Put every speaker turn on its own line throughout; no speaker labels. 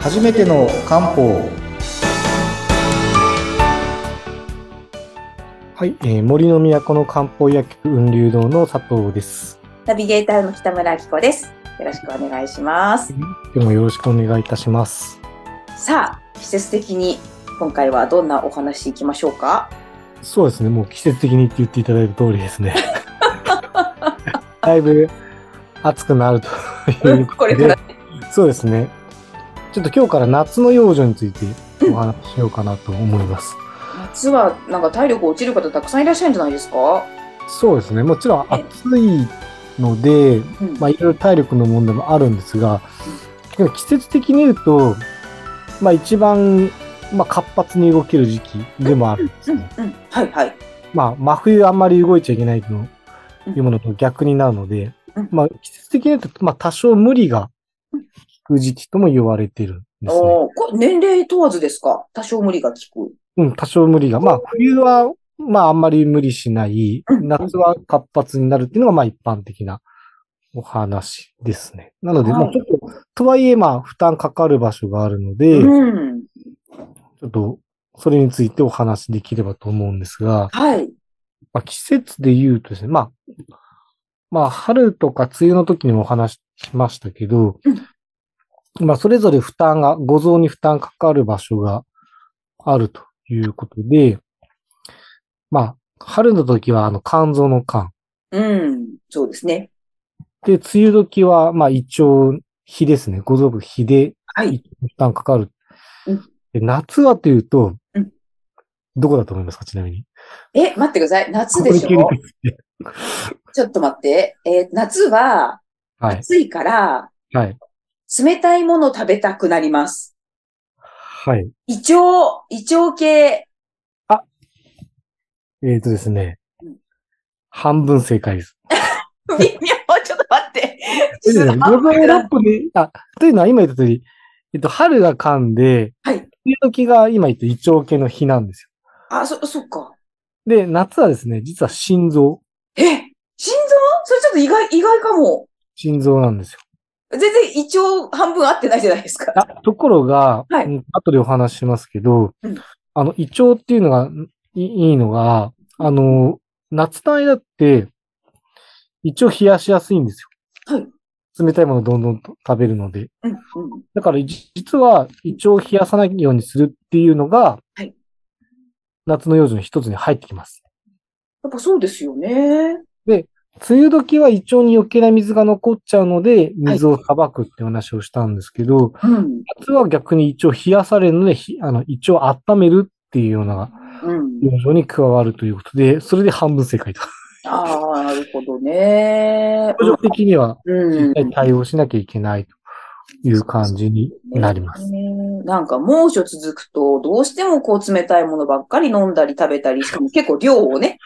初めての漢方
はい、えー森の都の漢方薬局雲流堂の佐藤です。
ナビゲーターの北村明子です。よろしくお願いします。
今日もよろしくお願いいたします。
さあ、季節的に今回はどんなお話いきましょうか
そうですね、もう季節的にって言っていただいた通りです ね。だいぶ暑くなるという
これ
で
から
そうですね。ちょっと今日から夏の養生についてお話ししようかなと思います。
夏はなんか体力落ちる方たくさんいらっしゃるんじゃないですか、
そうですね、もちろん暑いので、
うん
まあ、いろいろ体力の問題もあるんですが、でも季節的に言うと、まあ、一番、まあ、活発に動ける時期でもあるんです
うん
ね。
うん、はいはい。
まあ、真冬あんまり動いちゃいけないというものと逆になるので
うん、
まあ、季節的に言うと、まあ、多少無理が効く時期とも言われているんですね。
おーこれ年齢問わずですか多少無理が効く。
うん、多少無理が。まあ、冬は、まあ、あんまり無理しない、
うん
夏は活発になるっていうのが、まあ、一般的なお話ですね。なので、
はい
まあ、ちょっと、とはいえ、まあ、負担かかる場所があるので、
うん。
ちょっと、それについてお話しできればと思うんですが、
はい。
まあ、季節で言うとですね、まあ、まあ、春とか梅雨の時にもお話ししましたけど、まあ、それぞれ負担が、五臓に負担かかる場所があるということで、まあ、春の時は、あの、肝臓の肝。
うん。そうですね。
で、梅雨時は、まあ、胃腸、火ですね。五臓部火で
はい。
負担かかる
うん。
で夏はというと
うん、
どこだと思いますかちなみに。
え、待ってください。夏でし
こ
ょ
こに切り替えて
ちょっと待って。えー夏は
はい。
暑いから
はい。
冷たいもの食べたくなります。
はい。
胃腸、胃腸系。
えっ、とですね
うん。
半分正解です。
微妙、ちょっと待って。
えですね、
半
五臓
分ぐらい
六腑で、あ、というのは今言った通り、えっと、春が噛んで、
はい。
冬時が今言った胃腸系の日なんです
あ、そ、そっか。
よ。で、夏はですね、実は心臓。
え、心臓それちょっと意外、意外かも。
心臓なんですよ。
全然胃腸半分合ってないじゃないですか。
あところが、
はい
うん後でお話ししますけど、
うん
あの、胃腸っていうのがいいいのが、あの、夏の間って、胃腸冷やしやすいんですよ。
はい
冷たいものをどんどんと食べるので。
うん、うん。
だから、じ実は胃腸を冷やさないようにするっていうのが、
はい
夏の養生の一つに入ってきます。
やっぱそうですよね。
梅雨時は胃腸に余計な水が残っちゃうので、水をさばくってお話をしたんですけど、
うん。
夏は逆に胃腸冷やされるので、ひあの胃腸を温めるっていうような
うん。
養生に加わるということで、それで半分正解と。
ああ、なるほどね。
補助的には
うん。
対応しなきゃいけないという感じになります。
ねなんか猛暑続くと、どうしてもこう冷たいものばっかり飲んだり食べたり、しかも結構量をね、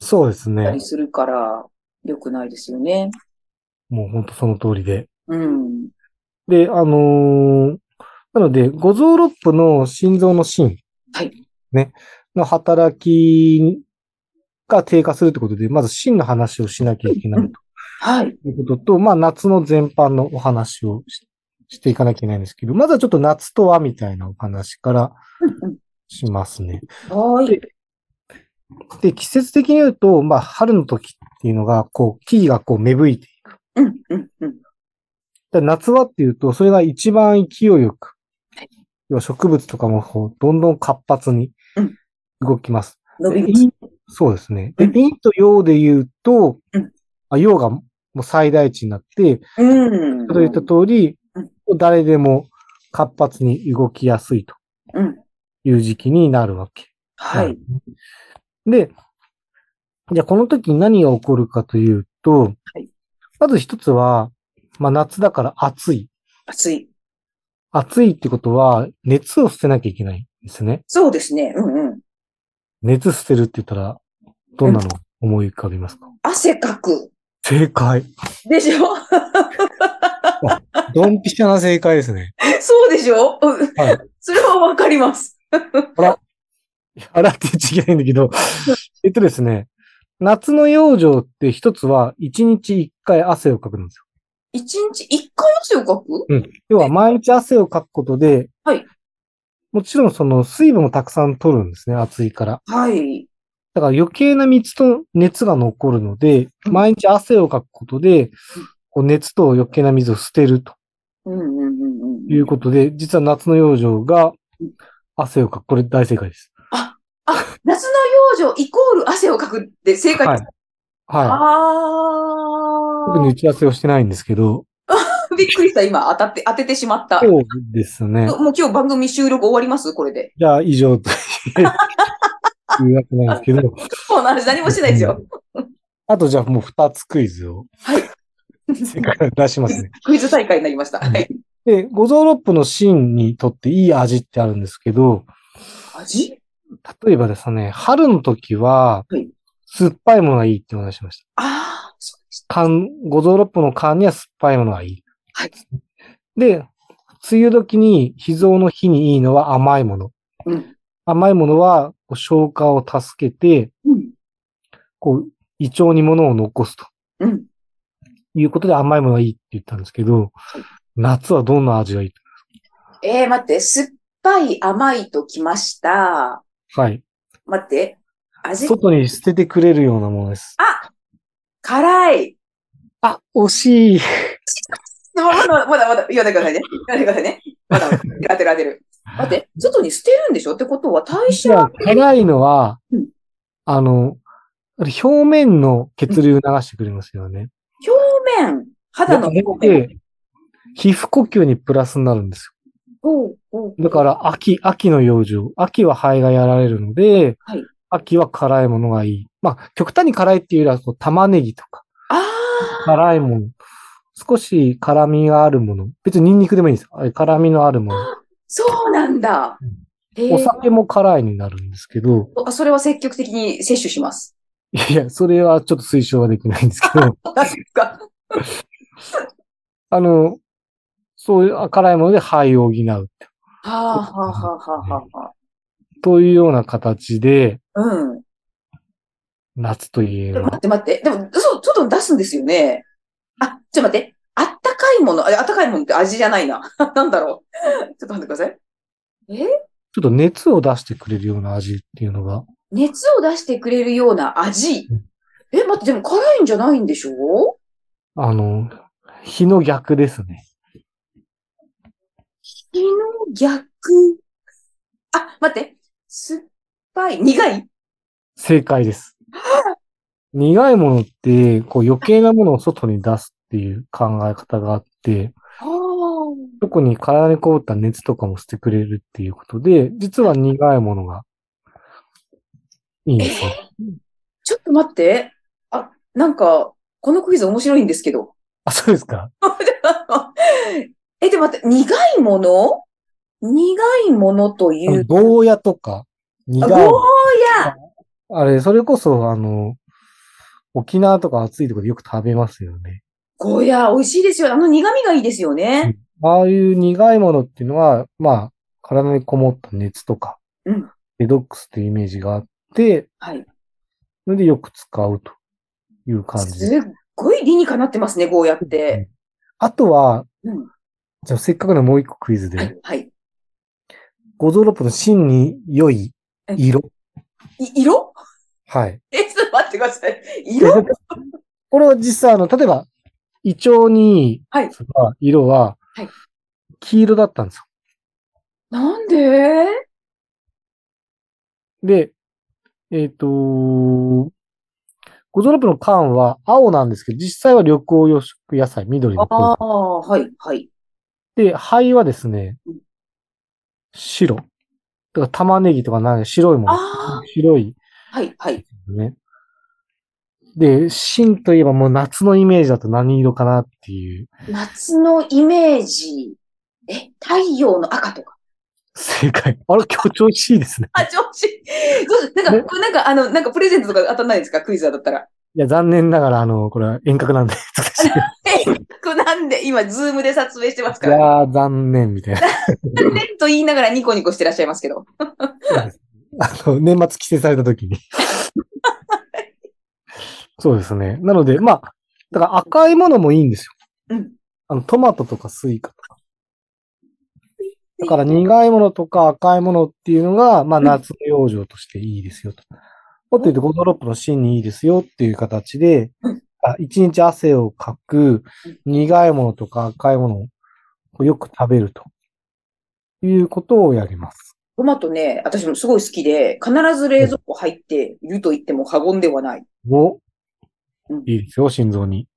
そうです
た
ね
り。するから、良くないですよね。
もう本当その通りで。
うん。
で、あのーなので、五臓六腑の心臓の芯。
はい
ね。の働きが低下するということで、まず芯の話をしなきゃいけない
はい。
ということと、まあ夏の全般のお話をししていかなきゃいけないんですけど、まずはちょっと夏とはみたいなお話から
うん
しますね。
うんはい。
で、季節的に言うと、まあ春の時っていうのが、こう、木々がこう芽吹いていく。
うん、うん、うん。
で夏はっていうと、それが一番勢いよく、要は植物とかもこうどんどん活発に
うん
動きます。
伸び
で
ます。
陰そうですね。で
う、ん
陰と陽で言うと
うん、
あ陽がもう最大値になって、
うん。
と言った通り
うん、
誰でも活発に動きやすいと
うん。
いう時期になるわけ。
はい。。
で、じゃあこの時に何が起こるかというと
い、
まず一つは、まあ夏だから暑い。
暑い。
暑いってことは、熱を捨てなきゃいけないんですね。
そうですね。うんうん。
熱捨てるって言ったら、どんなの思い浮かびますか、
汗かく。
正解。
でしょ
ドンピシャな正解ですね。
そうでしょうん
はい
それはわかります。
洗ってちゃいけないんだけど、 えっとですね、夏の養生って一つは、一日一回汗をかくんですよ。
一日一回汗をかく
要は毎日汗をかくことで、
はい
もちろんその水分もたくさん取るんですね、暑いから。
はい。
だから余計な水と熱が残るので、毎日汗をかくことで、こう熱と余計な水を捨てると
うんうんうんうん。
いうことで、実は夏の養生が汗をかく。これ大正解です。
夏の養生イコール汗をかくって正解
は
で
い
す。。
は
あ
い。特に打ち合わせをしてないんですけど、
ー。びっくりした、今。当たって、当ててしまった。
そうですね。
もう今日番組収録終わりますこれで。
じゃあ以上といういうわけなんですけ ど、
この話何もしてないですよ。
あとじゃあもう2つクイズを
はい。
正解から出しますね。
クイズ大会になりました。はい。
で、五臓六腑の芯にとっていい味ってあるんですけど、
味
例えばですね、春の時は
はい、
酸っぱいものがいいってお話しまし
ああ、そうでした。
た。缶、五臓六腑の缶には酸っぱいものがいい。
はい。
で、梅雨時に脾臓の火にいいのは甘いもの。
うん。
甘いものはこう消化を助けて、
うん。
こう、胃腸に物を残すと
うん。
いうことで甘いものがいいって言ったんですけど、夏はどんな味がいい
ええー、待って、酸っぱい、甘いときました。
はい。
待って、味、
外に捨ててくれるようなものです。
辛い。
あ、惜しい。
まだまだ、まだまだ、言わないでくださいね。言わないでくださいね。まだまだ、当てる当てる。待って、外に捨てるんでしょってことは代
実
謝
は、 辛いのは
うん、
あの、表面の血流を流してくれますよね。
表面、肌の表面。
で皮膚呼吸にプラスになるんです
ほうほう
よ。だから、秋、秋の養生。秋は肺がやられるので、
はい
秋は辛いものがいい。まあ、極端に辛いっていうよりは、こう玉ねぎとか、
あ
辛いもの。少し辛みがあるもの。別にニンニクでもいいんですよ。あれ辛みのあるもの。
あ、そうなんだ。え
お
ー、
酒も辛いになるんですけど、
あそれは積極的に摂取します。
いや、それはちょっと推奨はできないんですけ ど、
何ですか
あの、そういう辛いもので肺を補う。
はあ、はあ、はあ、はあ、は
というような形で、
あ。うん。
夏といえ
で待
ば
っ。て待って。でも、そう、外に出すんですよね。あ、ちょっと待って。あったかいもの、ああったかいものって味じゃないな。 なんだろう。ちょっと待ってください。
ちょっと熱を出してくれるような味っていうのが、
熱を出してくれるような味
うん。
え、待って、でも辛いんじゃないんでしょ
あの、日の逆ですね。
火の逆。あ、待って。酸っぱい。苦い
正解 です。苦いものって、こう余計なものを外に出すっていう考え方があって、
あー
特に体にこぼった熱とかもしてくれるっていうことで、実は苦いものがいいん ですよ。
ちょっと待って。あ、なんか、このクイズ面白いんですけど。
あ、そうですか
え、でも待って、苦いもの苦いものとい
あの
う。
ゴーヤとか、苦
あ
い。
ゴーヤ
あれ、それこそ、あの、沖縄とか暑いとこでよく食べますよね。
ゴーヤ美味しいですよ。あの苦味がいいですよね。
ああいう苦いものっていうのは、まあ、体にこもった熱とか、
うん
デドックスっていうイメージがあって、
はい。
それでよく使うという感じです
っごい理にかなってますね、ゴーヤって。
あとは、
うん。
じゃあせっかくのもう一個クイズで、
はい。はい。
五臓六腑の芯に良い色。
い色
はい。
え、ちょっと待ってください。
で
色
これは実際、あの、例えば、胃腸にいい
はい
その色は
はい、
黄色だったんですよ
なんで
で、えっ、とゴゾラップの缶は青なんですけど、実際は緑黄色色野菜、緑の
あ
方。
あ、はい、はい。
で、灰はですね
うん、
白。だから玉ねぎとかなんか白いも
あ
の。白い
はい、はい。
ね。で、芯といえばもう夏のイメージだと何色かなっていう、
夏のイメージ。え、太陽の赤とか。
正解。あれ、今日調子いいですね。
あ、調子。そうなんか、
ね
これなんか、あの、なんかプレゼントとか当たんないですかクイズだったら。
いや、残念ながら、あの、これは遠隔なんで。
こなんで、今、ズームで撮影してます
い
から。
やー、残念、みたいな。
ねっと言 いながらニコニコしてらっしゃいますけど。
あの、年末帰省された時に。 そうですね。なので、まあ、だから赤いものもいいんですよ。
うん。
あの、トマトとかスイカとか。だから苦いものとか赤いものっていうのが、まあ
うん
夏の養生としていいですよと。もっと言うと5ドロップの芯にいいですよっていう形で
うん、
あ一日汗をかく
うん、
苦いものとか赤いものをよく食べるということをやります。
トマトね、私もすごい好きで、必ず冷蔵庫入っていると言っても過言ではない。
お
うん、
いいですよ、心臓に。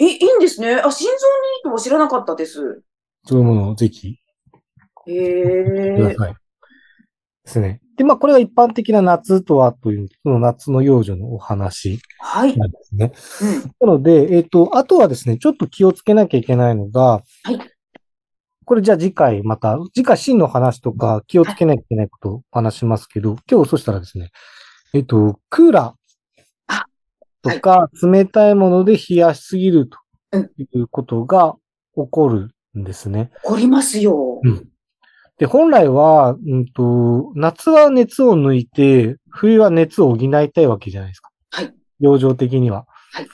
え、いいんですね。あ、心臓にいいとは知らなかったです。
そういうものをぜひ
へ
くだ
え。
さい。ですね。で、まあこれが一般的な夏とはという、その夏の養生のお話
はい。
なんですね。
うん。
なので、えっ、と、あとはですね、ちょっと気をつけなきゃいけないのが、
はい
これじゃあ次回また、次回真の話とか気をつけなきゃいけないことをお話しますけど、今日そしたらですね、えっ、と、クーラー
あ
とか冷たいもので冷やしすぎると
うん
いうことが起こるんですね。
怒りますよ。
で、本来は、うんと、夏は熱を抜いて、冬は熱を補いたいわけじゃないですか。
はい。
養生的には。
はい。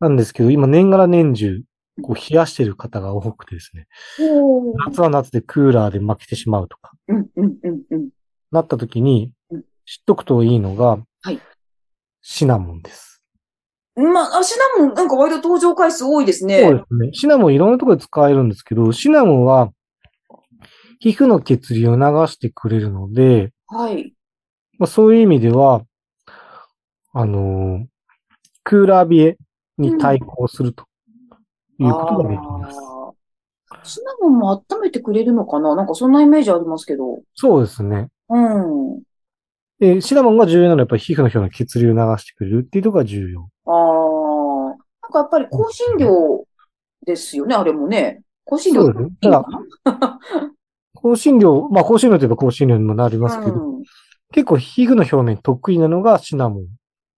なんですけど、今年がら年中、こう冷やしてる方が多くてですね。
おー
夏は夏でクーラーで負けてしまうとか、
うん、うん、うん、うん。
なった時に
うん、
知っとくといいのが、
はい。
シナモンです。
まあ、あシナモン、なんか割と登場回数多いですね。
そうですね。シナモンいろんなところで使えるんですけど、シナモンは、皮膚の血流を流してくれるので、
はい。
まあ、そういう意味では、あのークーラー冷えに対抗するということができます。
あーシナモンも温めてくれるのかななんかそんなイメージありますけど。
そうですね。
うん。
で、シナモンが重要なのはやっぱり皮膚の表の血流を流してくれるっていうところが重要。
ああ。なんかやっぱり香辛料ですよね、あれもね。香辛料
そうですねただ 香辛料、まあ香辛料といえば香辛料にもなりますけど、
うん
結構皮膚の表面得意なのがシナモン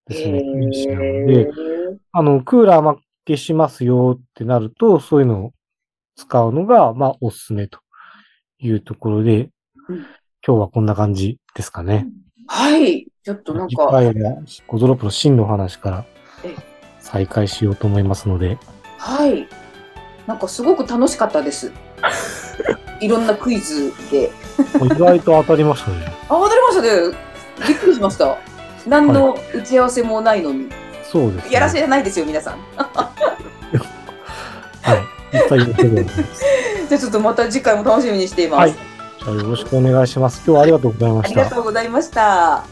ですね。いいシナモンで、あの、クーラー負けしますよってなると、そういうのを使うのが、まあ、おすすめというところで、
うん
今日はこんな感じですかね。
はい。ちょっとなん
次
か、
回は、ゴゾロップの真の話から
ええ
再開しようと思いますので、
はい。なんかすごく楽しかった です。いろんなクイズで。
意外と当たりましたね。
あ、当たりましたね。びっくりしました。何の打ち合わせもないのに。
そうです、ね。
やらせじゃないですよ、皆さん。
はい。実際にそうでございます
じゃあちょっとまた次回も楽しみにしていま
は
す。
い。じゃあよろしくお願いします。今日はありがとうございま
あ
し
り
た
が。とうございました。